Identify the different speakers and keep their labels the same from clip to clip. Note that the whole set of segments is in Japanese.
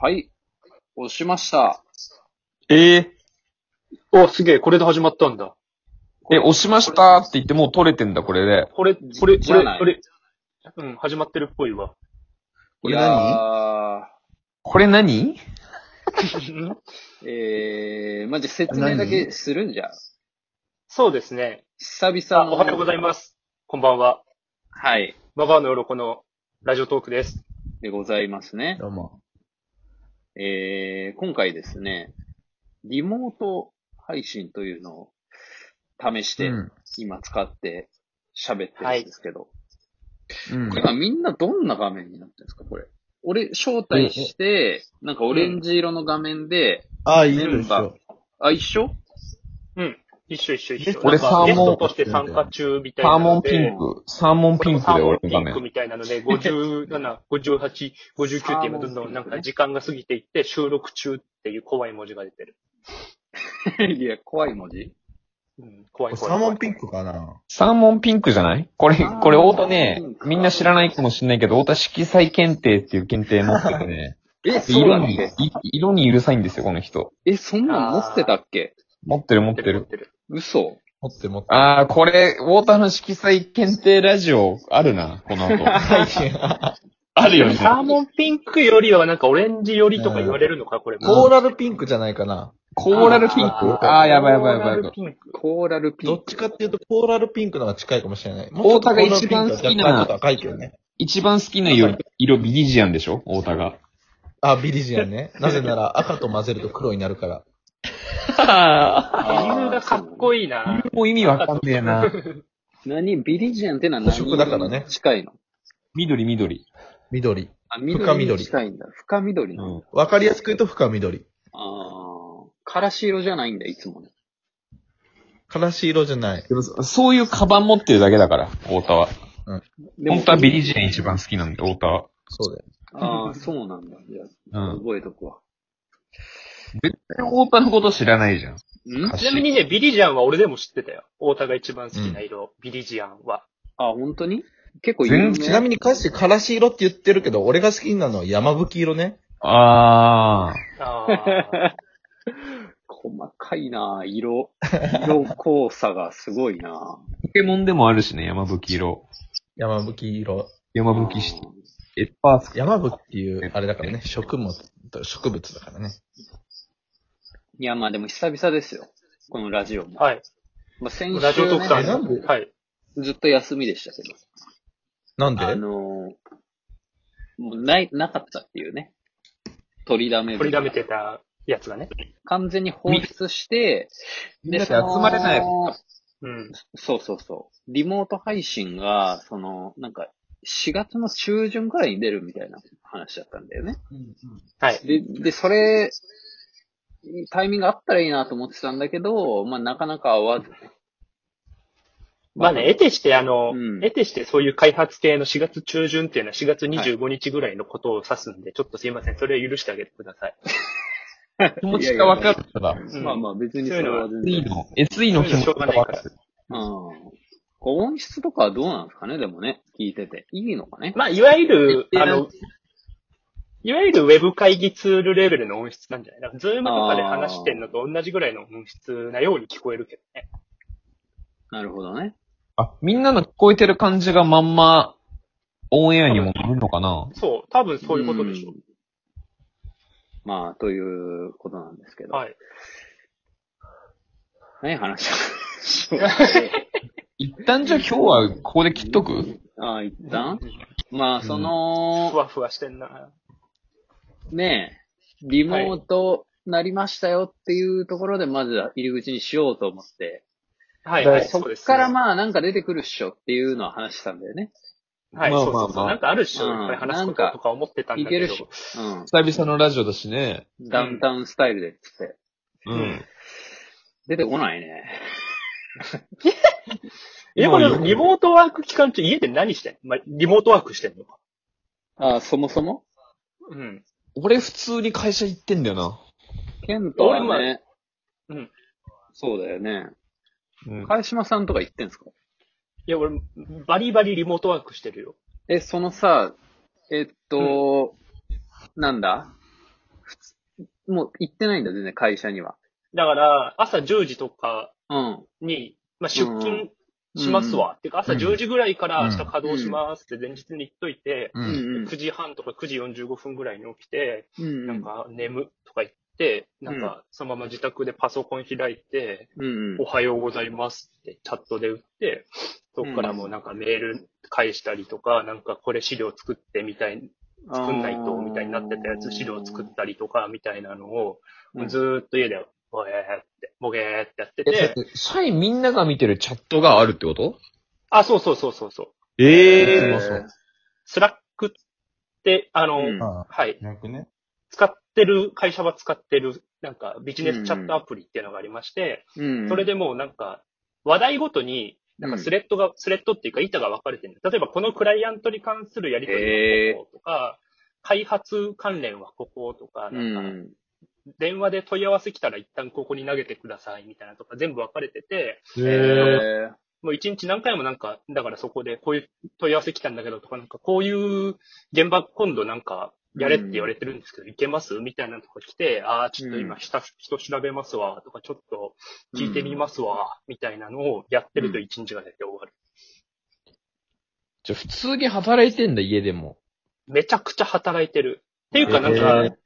Speaker 1: はい。押しました。
Speaker 2: ええ
Speaker 3: お、すげえ、これで始まったんだ。
Speaker 2: え、押しましたって言ってもう取れてんだ、これで。
Speaker 3: これ、これ、
Speaker 1: じゃ
Speaker 3: これ
Speaker 1: ない、
Speaker 3: これ、うん、始まってるっぽいわ。
Speaker 2: これ
Speaker 1: いや
Speaker 2: 何これ何
Speaker 1: ーえー、まじ説明だけするんじゃん。
Speaker 3: そうですね。
Speaker 1: 久
Speaker 3: あ、
Speaker 1: 々の。
Speaker 3: おはようございます。こんばんは。
Speaker 1: はい。
Speaker 3: ババアの鱗のラジオトークです。
Speaker 1: でございますね。
Speaker 2: どうも。
Speaker 1: えー、今回ですね、リモート配信というのを試し
Speaker 2: う
Speaker 1: て、
Speaker 2: ん。
Speaker 1: 今使って喋ってるんですけど、
Speaker 2: うん。
Speaker 1: 今みんなどんな画面になってるんですか、これ。俺、招待して、なんかオレンジ色の画面で、
Speaker 4: ああ、い
Speaker 1: メ
Speaker 4: るで
Speaker 1: ン
Speaker 4: し
Speaker 1: バ
Speaker 4: ょ。
Speaker 1: ー、あ、一緒
Speaker 3: 一緒一緒一緒。
Speaker 2: 俺
Speaker 3: なんか
Speaker 2: サーモン
Speaker 3: ゲストとして参加中みたい
Speaker 2: サ
Speaker 3: な
Speaker 2: ーモ
Speaker 3: の
Speaker 2: ン
Speaker 3: で。
Speaker 2: ピンク。サーモンピンクで俺の画
Speaker 3: サーモンピンク
Speaker 2: 面。
Speaker 3: みたいなので、57、58、59って今どんどんなんか時間が過ぎていって、収録中っていう怖い文字が出てる。
Speaker 1: いや、怖い文字
Speaker 3: うん、怖い怖い怖い。
Speaker 4: サーモンピンクかな
Speaker 2: サーモンピンクじゃないこれ
Speaker 1: サーモンピン、ク
Speaker 2: これ、太田ね、みんな知らないかもしれないけど、太田色彩検定っていう検定持っててね、
Speaker 1: え、そう
Speaker 2: 色
Speaker 1: なん
Speaker 2: に
Speaker 1: だ。、
Speaker 2: い色にうるさいんですよ、この人。
Speaker 1: え、そんなん持ってたっけ
Speaker 2: 持ってる持っ
Speaker 3: 持っててる持っ
Speaker 2: る。
Speaker 3: てる。
Speaker 1: 嘘
Speaker 4: 持って持って。
Speaker 2: あー、これ、太田の色彩検定ラジオ、あるな、この後。 あるよね。
Speaker 3: サーモンピンクよりはなんかオレンジよりとか言われるのか、これ。
Speaker 4: コーラルピンクじゃないかな
Speaker 2: コーラルピンクあー、やばいやばいやばいやばい。
Speaker 3: ピンク。
Speaker 1: コーラルピン
Speaker 4: ど
Speaker 1: ク
Speaker 4: っ。ちかっていうと、コーラルピンクの方が近いかもしれない。
Speaker 2: 太田が一番好きな
Speaker 4: もうちょっとコーラルピンクは若干ちょっと赤いけどね。
Speaker 2: 一番好きな色、色ビリジアンでしょ太田 が。
Speaker 4: あ、ビリジアンね。なぜなら赤と混ぜると黒になるから。
Speaker 3: 理由がかっこ
Speaker 1: いい。
Speaker 3: いいな。
Speaker 2: もう意味わかんねえな。
Speaker 1: 何ビリジアンってのは何
Speaker 4: 補色だからね
Speaker 1: 近いの
Speaker 2: 緑緑。
Speaker 4: 緑。
Speaker 1: あ、緑
Speaker 4: 深
Speaker 1: に
Speaker 4: 緑
Speaker 1: 近いんだ。深緑なの。
Speaker 2: うん。
Speaker 4: わかりやすく言うと深緑。
Speaker 1: ああ、からし色じゃないんだ、いつもね。
Speaker 4: からし色じゃない。
Speaker 2: でもそそういうカバン持ってるだけだから、太田は。
Speaker 1: で
Speaker 2: 本当はビリジアン一番好きなんで、太田は。
Speaker 4: そうだよ。
Speaker 1: ああ、そうなんだ。じゃあ、
Speaker 2: うん
Speaker 1: 覚えとくわ。
Speaker 2: 太田のこと知らないじゃん。
Speaker 1: ん
Speaker 2: 歌詞
Speaker 3: ちなみにね、ビリジアンは俺でも知ってたよ。太田が一番好きな色、ビリジアンは。
Speaker 1: あ、本当に結構有名。
Speaker 2: 全
Speaker 4: ちなみに歌詞、からし色って言ってるけど、俺が好きなのは山吹色ね。
Speaker 2: あ
Speaker 3: ああ。
Speaker 1: 細かいな色。色交差がすごいな
Speaker 2: ー。ポケモンでもあるしね、山吹色。
Speaker 4: 山吹色。
Speaker 2: 山吹シティ。エッパース。
Speaker 4: 山吹っていう、あれだからね、食物、植物だからね。
Speaker 1: いや、まあでも久々ですよ。このラジオも。
Speaker 3: はい。
Speaker 1: まあ、先
Speaker 3: ラジ
Speaker 1: 週、
Speaker 3: オ特
Speaker 4: え
Speaker 3: 産
Speaker 4: な
Speaker 1: ね、
Speaker 4: んで
Speaker 3: はい。
Speaker 1: ずっと休みでしたけど。
Speaker 4: なん
Speaker 1: あ
Speaker 4: で
Speaker 1: のーもうない、なかったっていうね。取りだめ。
Speaker 3: 取りだめて。たやつがね。
Speaker 1: 完全に放出して、
Speaker 2: みみんなで集まれない
Speaker 1: その
Speaker 3: うん。
Speaker 1: そうそうそう。リモート配信が、その、なんか、4月の中旬くらいに出るみたいな話だったんだよね。
Speaker 3: はい。
Speaker 1: で、で、それ、タイミングあったらいいなと思ってたんだけど、まあ、なかなか合わず。
Speaker 3: まあね、得てして、あの、
Speaker 1: うん
Speaker 3: 得てしてそういう開発系の4月中旬っていうのは4月25日ぐらいのことを指すんで、ちょっとすいません。それは許してあげてください。
Speaker 2: 気持ちがわかるから。
Speaker 3: うん
Speaker 1: まあまあ、別にそれは全
Speaker 2: SE
Speaker 1: 然。
Speaker 2: の、SE の気持ちがわかる。
Speaker 1: うん。こう音質とかはどうなんですかね、でもね、聞いてて。いいのかね。
Speaker 3: まあ、いわゆる、
Speaker 1: え
Speaker 3: あの、いわゆるウェブ会議ツールレベルの音質なんじゃないなんかズームとかで話してんのと同じぐらいの音質なように聞こえるけどね。
Speaker 1: なるほどね。
Speaker 2: あ、みんなの聞こえてる感じがまんま、オンエアにもなるのかな
Speaker 3: そう、多分そういうことでしょ
Speaker 1: ん。まあ、ということなんですけ
Speaker 3: う。
Speaker 1: ど。
Speaker 3: はい。
Speaker 1: 何話しま
Speaker 2: 一旦じゃあ今日はここで切っとく
Speaker 1: ああ、一旦まあ、そ
Speaker 3: ふ
Speaker 1: の、
Speaker 3: わふわしてんな。
Speaker 1: ねえ、リモートなりましたよっていうところで、まずは入り口にしようと思って。
Speaker 3: はい、はい、
Speaker 1: そ
Speaker 3: そうで
Speaker 1: っ
Speaker 3: すね。
Speaker 1: からまあ、なんか出てくるっしょっていうのは話したんだよね。
Speaker 3: はい、
Speaker 2: まあ
Speaker 3: そうそう
Speaker 2: まあ
Speaker 3: そう。
Speaker 2: まあ
Speaker 3: なんかあるっしょ、
Speaker 1: うん
Speaker 3: いっぱい話すこととか思ってたん
Speaker 1: い
Speaker 3: だ
Speaker 1: け
Speaker 3: け
Speaker 1: る
Speaker 3: ど。
Speaker 1: っしょ。う
Speaker 2: 久々のラジオだしね。
Speaker 1: ん。ダウンタウンスタイルでっつって。
Speaker 2: うん。
Speaker 1: 出てこないね。
Speaker 3: え、これ、リモートワーク期間中、家で何してんのまあ、リモートワークしてんのか。
Speaker 1: ああ、そもそも
Speaker 3: うん。
Speaker 2: 俺普通に会社行ってんだよな。
Speaker 1: ケントはね、
Speaker 3: 俺まあうん。
Speaker 1: そうだよね。
Speaker 2: うん。
Speaker 1: 川島さんとか言ってんすか
Speaker 3: いや、俺、バリバリリモートワークしてるよ。
Speaker 1: え、そのさ、えっと、なんだもう行ってないんだ、全然会社には。
Speaker 3: だから、朝10時とか
Speaker 1: うん。
Speaker 3: に、まあ、出勤しますわ。っていうか、朝10時ぐらいから
Speaker 4: うん
Speaker 3: 明日稼働しますって前日に言っといて、
Speaker 4: う。
Speaker 1: うんん。
Speaker 3: 9時半とか9時45分ぐらいに起きて、
Speaker 1: うん。
Speaker 3: なんか眠とか言って、なんかそのまま自宅でパソコン開いて、
Speaker 1: うん。
Speaker 3: おはようございますってチャットで打って、そこからもうなんかメール返したりとか、なんかこれ資料作ってみたい、作んないとみたいになってたやつ資料作ったりとかみたいなのを、
Speaker 1: うん
Speaker 3: ずーっと家で、ぼえーって、ぼげーってやっ
Speaker 2: え、
Speaker 3: て
Speaker 2: それ
Speaker 3: て
Speaker 2: っ、て社員みんなが見てるチャットがあるってこと
Speaker 3: あ、そうそうそうそうそう。
Speaker 2: え
Speaker 1: え
Speaker 2: え
Speaker 1: ー
Speaker 2: そう
Speaker 3: スラックって、あの、
Speaker 1: うん
Speaker 4: あ
Speaker 3: はい。
Speaker 2: 逆ね。
Speaker 3: 使ってる、会社は使ってる、なんかビジネスチャットアプリっていうのがありまして、
Speaker 1: うん。
Speaker 3: それでもうなんか、話題ごとに、なんかスレッドが、スレッドっていうか板が分かれてる。例えばこのクライアントに関するやり取りはこことか、開発関連はこことか、
Speaker 1: う
Speaker 3: なんか、
Speaker 1: ん。
Speaker 3: 電話で問い合わせ来たら一旦ここに投げてくださいみたいなとか全部分かれてて、
Speaker 1: え
Speaker 2: え
Speaker 3: もう一日何回もなんか、だからそこでこういう問い合わせ来たんだけどとか、なんかこういう現場今度なんかやれって言われてるんですけど、いけますみたいなとこ来て、ああ、ちょっと今下、人調べますわとか、ちょっと聞いてみますわ、みたいなのをやってると一日が出て終わる。
Speaker 2: じゃあ普通に働いてんだ、家でも。
Speaker 3: めちゃくちゃ働いてる。っていうかなん
Speaker 2: へー
Speaker 3: か、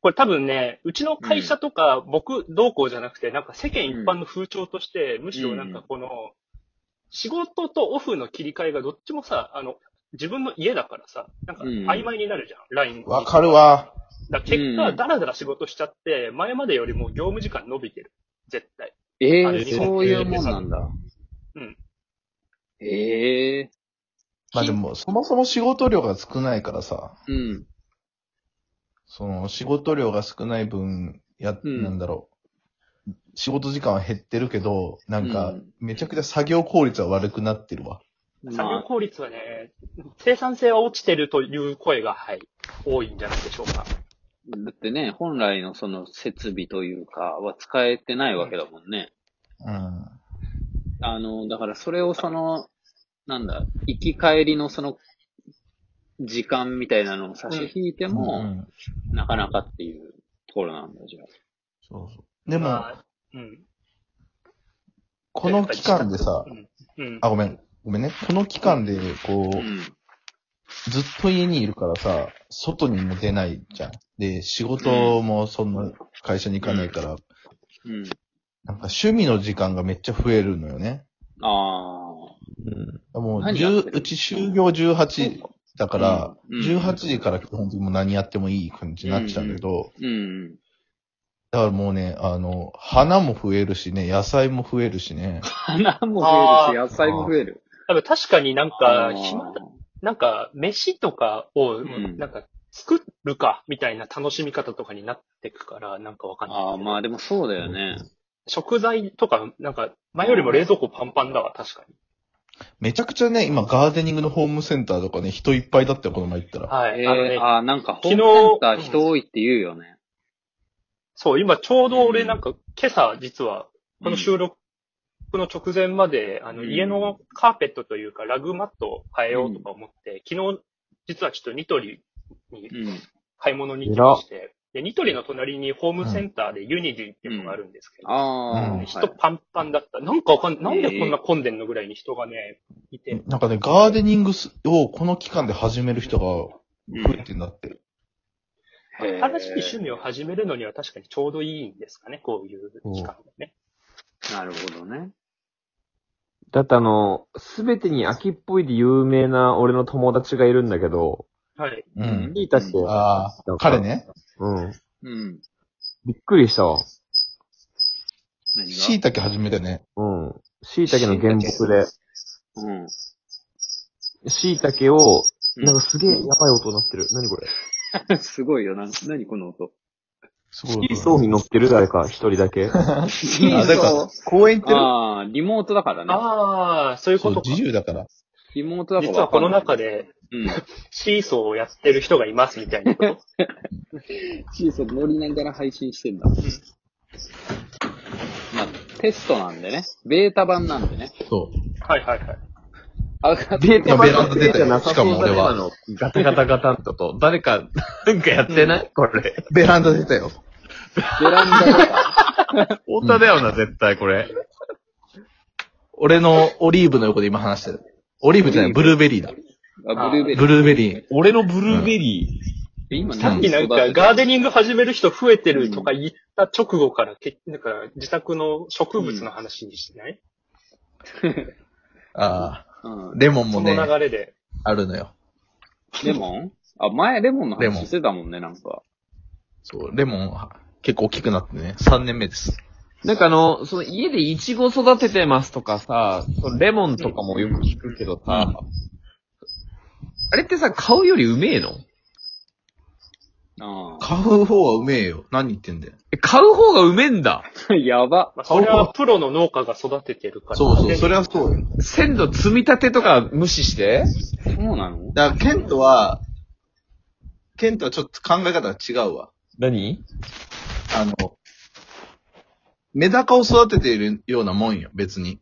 Speaker 3: これ多分ね、うちの会社とか僕どうこうじゃなくて、なんか世間一般の風潮として、むしろなんかこの、仕事とオフの切り替えがどっちもさ、あの、自分の家だからさ、なんか
Speaker 1: うん
Speaker 3: 曖昧になるじゃん、ライン。
Speaker 4: あ。わかる。わ。
Speaker 3: だから結
Speaker 1: う
Speaker 3: 果、
Speaker 1: ん
Speaker 3: だらだら仕事しちゃって、前までよりも業務時間伸びてる。絶対。
Speaker 1: ええ
Speaker 3: あ
Speaker 1: ー、そういうもんなんだ。
Speaker 3: うん。
Speaker 1: ええ
Speaker 4: まあでも、そもそも仕事量が少ないからさ、
Speaker 1: うん。
Speaker 4: その仕事量が少ない分、や、
Speaker 1: うん
Speaker 4: なんだろう。仕事時間は減ってるけど、なん
Speaker 1: う
Speaker 4: か
Speaker 1: ん、
Speaker 4: めちゃくちゃ作業効率は悪くなってるわ。
Speaker 3: 作業
Speaker 1: まあ、
Speaker 3: 効率はね、生産性は落ちてるという声が、はい、多いんじゃないでしょうか。
Speaker 1: だってね、本来のその設備というかは使えてないわけだもんね。
Speaker 4: うん。
Speaker 1: あの、だからそれをその、なんだ、行き帰りのその、時間みたいなのを差し引いても、
Speaker 4: うん
Speaker 1: なかなかっていうところなんだ、じゃあ。
Speaker 4: そうそう。でも
Speaker 3: ま、あうん。
Speaker 4: この期間でさ
Speaker 3: う、ん。うん
Speaker 4: あ、ごめん。ごめんね。この期間で、こ
Speaker 1: う
Speaker 4: う、
Speaker 1: ん。
Speaker 4: ずっと家にいるからさ、外にも出ないじゃん。で、仕事もそんな会社に行かないから、
Speaker 1: うん。
Speaker 4: なんか趣味の時間がめっちゃ増えるのよね。
Speaker 1: あ
Speaker 4: もう
Speaker 1: 何やって
Speaker 4: 10、
Speaker 1: る
Speaker 4: うち就業18だから、
Speaker 1: うんうん
Speaker 4: 18時から基本的にもう何やってもいい感じになっちゃうんだけど、
Speaker 1: ー。うん。
Speaker 4: だからもうね、あの、花も増えるしね、野菜も増えるしね。
Speaker 1: 花も増えるし、野菜も増える。
Speaker 3: 多分確かになん
Speaker 1: あ
Speaker 3: か、
Speaker 1: ー
Speaker 3: 暇だ、なんか、飯とかを、
Speaker 1: ん
Speaker 3: なんか、作るか、みたいな楽しみ方とかになってくから、なんかわかんない。
Speaker 1: ああ、まあでもそうだよね。
Speaker 3: 食材とか、なんか、前よりも冷蔵庫パンパンだわ、確かに。
Speaker 4: めちゃくちゃね、今ガーデニングのホームセンターとかね、人いっぱいだったよ、この前行ったら。
Speaker 3: はい。
Speaker 1: え
Speaker 3: あのね
Speaker 1: えー、ああ、なんかホー
Speaker 3: 昨日
Speaker 1: ムセンター人多いって言うよね。
Speaker 3: そう、今ちょうど俺
Speaker 1: うん
Speaker 3: なんか、今朝実は、この収録の直前まで、あの、
Speaker 1: うん
Speaker 3: 家のカーペットというか、ラグマットを変えようとか思って、昨日、実はちょっとニトリに
Speaker 1: うん。
Speaker 3: 買い物に行きまして、で、ニトリの隣にホームセンターでユニディっていうのがあるんですけど、
Speaker 1: ああ、
Speaker 4: うん
Speaker 3: 人パンパンだった。なんかわかんなんでこんな混んでんのぐらいに人がね、いて、
Speaker 4: なんかね、ガーデニングすをこの期間で始める人が増えてんだって。
Speaker 1: はい
Speaker 3: 新しい趣味を始めるのには確かにちょうどいいんですかね、こういう期間がね。
Speaker 1: なるほどね。
Speaker 2: だってあの、すべてに秋っぽいで有名な俺の友達がいるんだけど、
Speaker 3: はい。
Speaker 1: う
Speaker 4: う
Speaker 1: ん
Speaker 4: ん。
Speaker 2: 聞いたして、
Speaker 4: ああ、彼ね。
Speaker 2: うん。
Speaker 1: うん。
Speaker 2: びっくりしたわ。
Speaker 1: 何が
Speaker 4: 椎茸始めてね。
Speaker 2: うん。椎茸の原木で、
Speaker 1: うん。
Speaker 2: 椎茸を、
Speaker 1: うん
Speaker 2: なんかすげえやばい音になってる。何これ
Speaker 1: すごいよな。何この音。
Speaker 4: す
Speaker 2: シーソーに乗ってる誰か一人だけ。
Speaker 4: あ、だから、公園行ってる
Speaker 1: ああ、リモートだからね。
Speaker 3: ああ、そういう
Speaker 4: そ
Speaker 3: こ
Speaker 4: う
Speaker 3: とか。
Speaker 4: 自由だから。
Speaker 1: リモートだから。
Speaker 3: 実はこの中。で、
Speaker 1: うん。
Speaker 3: シーソーをやってる人がいますみたいなこと。
Speaker 1: シーソー乗りながら配信してんだ。まあ、テストなんでね。ベータ版なんでね。
Speaker 4: そう。
Speaker 3: はいはいはい。
Speaker 1: 上がっ
Speaker 2: ベー
Speaker 4: タ
Speaker 2: タ
Speaker 4: 版
Speaker 2: 版
Speaker 4: の
Speaker 2: の
Speaker 4: せ
Speaker 2: せ
Speaker 4: い
Speaker 2: い
Speaker 4: じ
Speaker 2: じ
Speaker 4: ゃ
Speaker 2: ゃ
Speaker 4: な
Speaker 2: な
Speaker 4: さ
Speaker 2: さ
Speaker 4: そう
Speaker 2: そ
Speaker 4: だね
Speaker 2: うだね、
Speaker 4: 今
Speaker 2: 今 の。ガタガタガタンとと。誰か、なんかやってないこれ。
Speaker 4: ベランダ出たよ。
Speaker 1: ベランダとか。
Speaker 2: 太田だよな、絶対これ。
Speaker 4: 俺のオリーブの横で今話してる。オリーブじゃない、ブルーベリーだ。
Speaker 1: あ、ブルーベリー。
Speaker 4: ブルーベリー。
Speaker 2: 俺のブルーベリ
Speaker 1: 今
Speaker 3: さっきなんか、ガーデニング始める人増えてるとか言った直後から、け なんか、自宅の植物の話にしない、
Speaker 4: ああ、
Speaker 1: うん。
Speaker 4: レモンも
Speaker 3: そ
Speaker 4: ね、
Speaker 3: の流れで。
Speaker 4: あるのよ。
Speaker 1: レモンあ、前レモンの
Speaker 4: レモン
Speaker 1: 話してたもんね、なんか。
Speaker 4: そう、レモンは結構大きくなってね、3年目です。
Speaker 2: ー。なんかあの、その家でイチゴ育ててますとかさ、そのレモンとかもよく聞くけどさ、あれってさ、買うよりうめえの
Speaker 1: あ
Speaker 4: 買う方はうめえよ。何言ってんだよ。
Speaker 2: え買う方がうめえんだ。
Speaker 1: あ。 やば。
Speaker 3: まあ、それはプロの農家が育ててるから。
Speaker 4: そうそう、
Speaker 3: で
Speaker 4: それはそうよ。
Speaker 2: 鮮度積み立てとか無視して
Speaker 1: そうなの
Speaker 4: だから、ケントは、ケントはちょっと考え方が違うわ。
Speaker 2: 何
Speaker 4: あの、メダカを育てているようなもんよ、別に。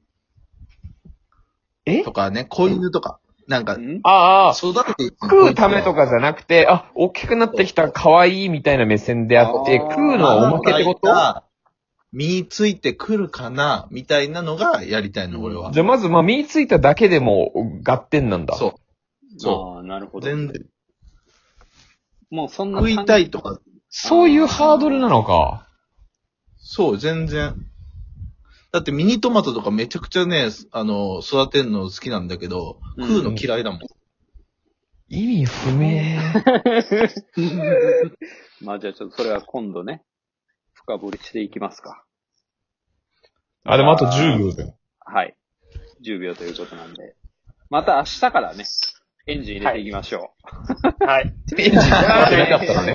Speaker 2: え
Speaker 4: とかね、子犬とか。なんか、
Speaker 1: ん
Speaker 2: ああ、
Speaker 4: 育てていく
Speaker 2: 食うためとかじゃなくて、あ、大きくなってきた可愛いみたいな目線であって、
Speaker 1: あー
Speaker 2: 食うのはおまけってこと
Speaker 4: が身についてくるかな、みたいなのがやりたいの、俺は
Speaker 2: じ。ゃあまず、まあ、身についただけでも、合点なんだ。
Speaker 4: そ
Speaker 1: ああ、なるほ
Speaker 4: う。
Speaker 1: ど。
Speaker 4: 全然。
Speaker 1: もうそんな
Speaker 4: 食いたいとか、
Speaker 2: そういうハードルなのか。
Speaker 4: そう、全然。だってミニトマトとかめちゃくちゃね、あの、育てるの好きなんだけど、
Speaker 1: うん
Speaker 4: 食うの嫌いだもん。
Speaker 2: 意味不明。
Speaker 1: まあじゃあちょっとそれは今度ね、深掘りしていきますか。
Speaker 2: あ、でもあと10秒だよ。
Speaker 1: はい。10秒ということなんで。また明日からね、エンジン入れていきましょう。
Speaker 3: はい。
Speaker 2: エンジンかかってなかったのね。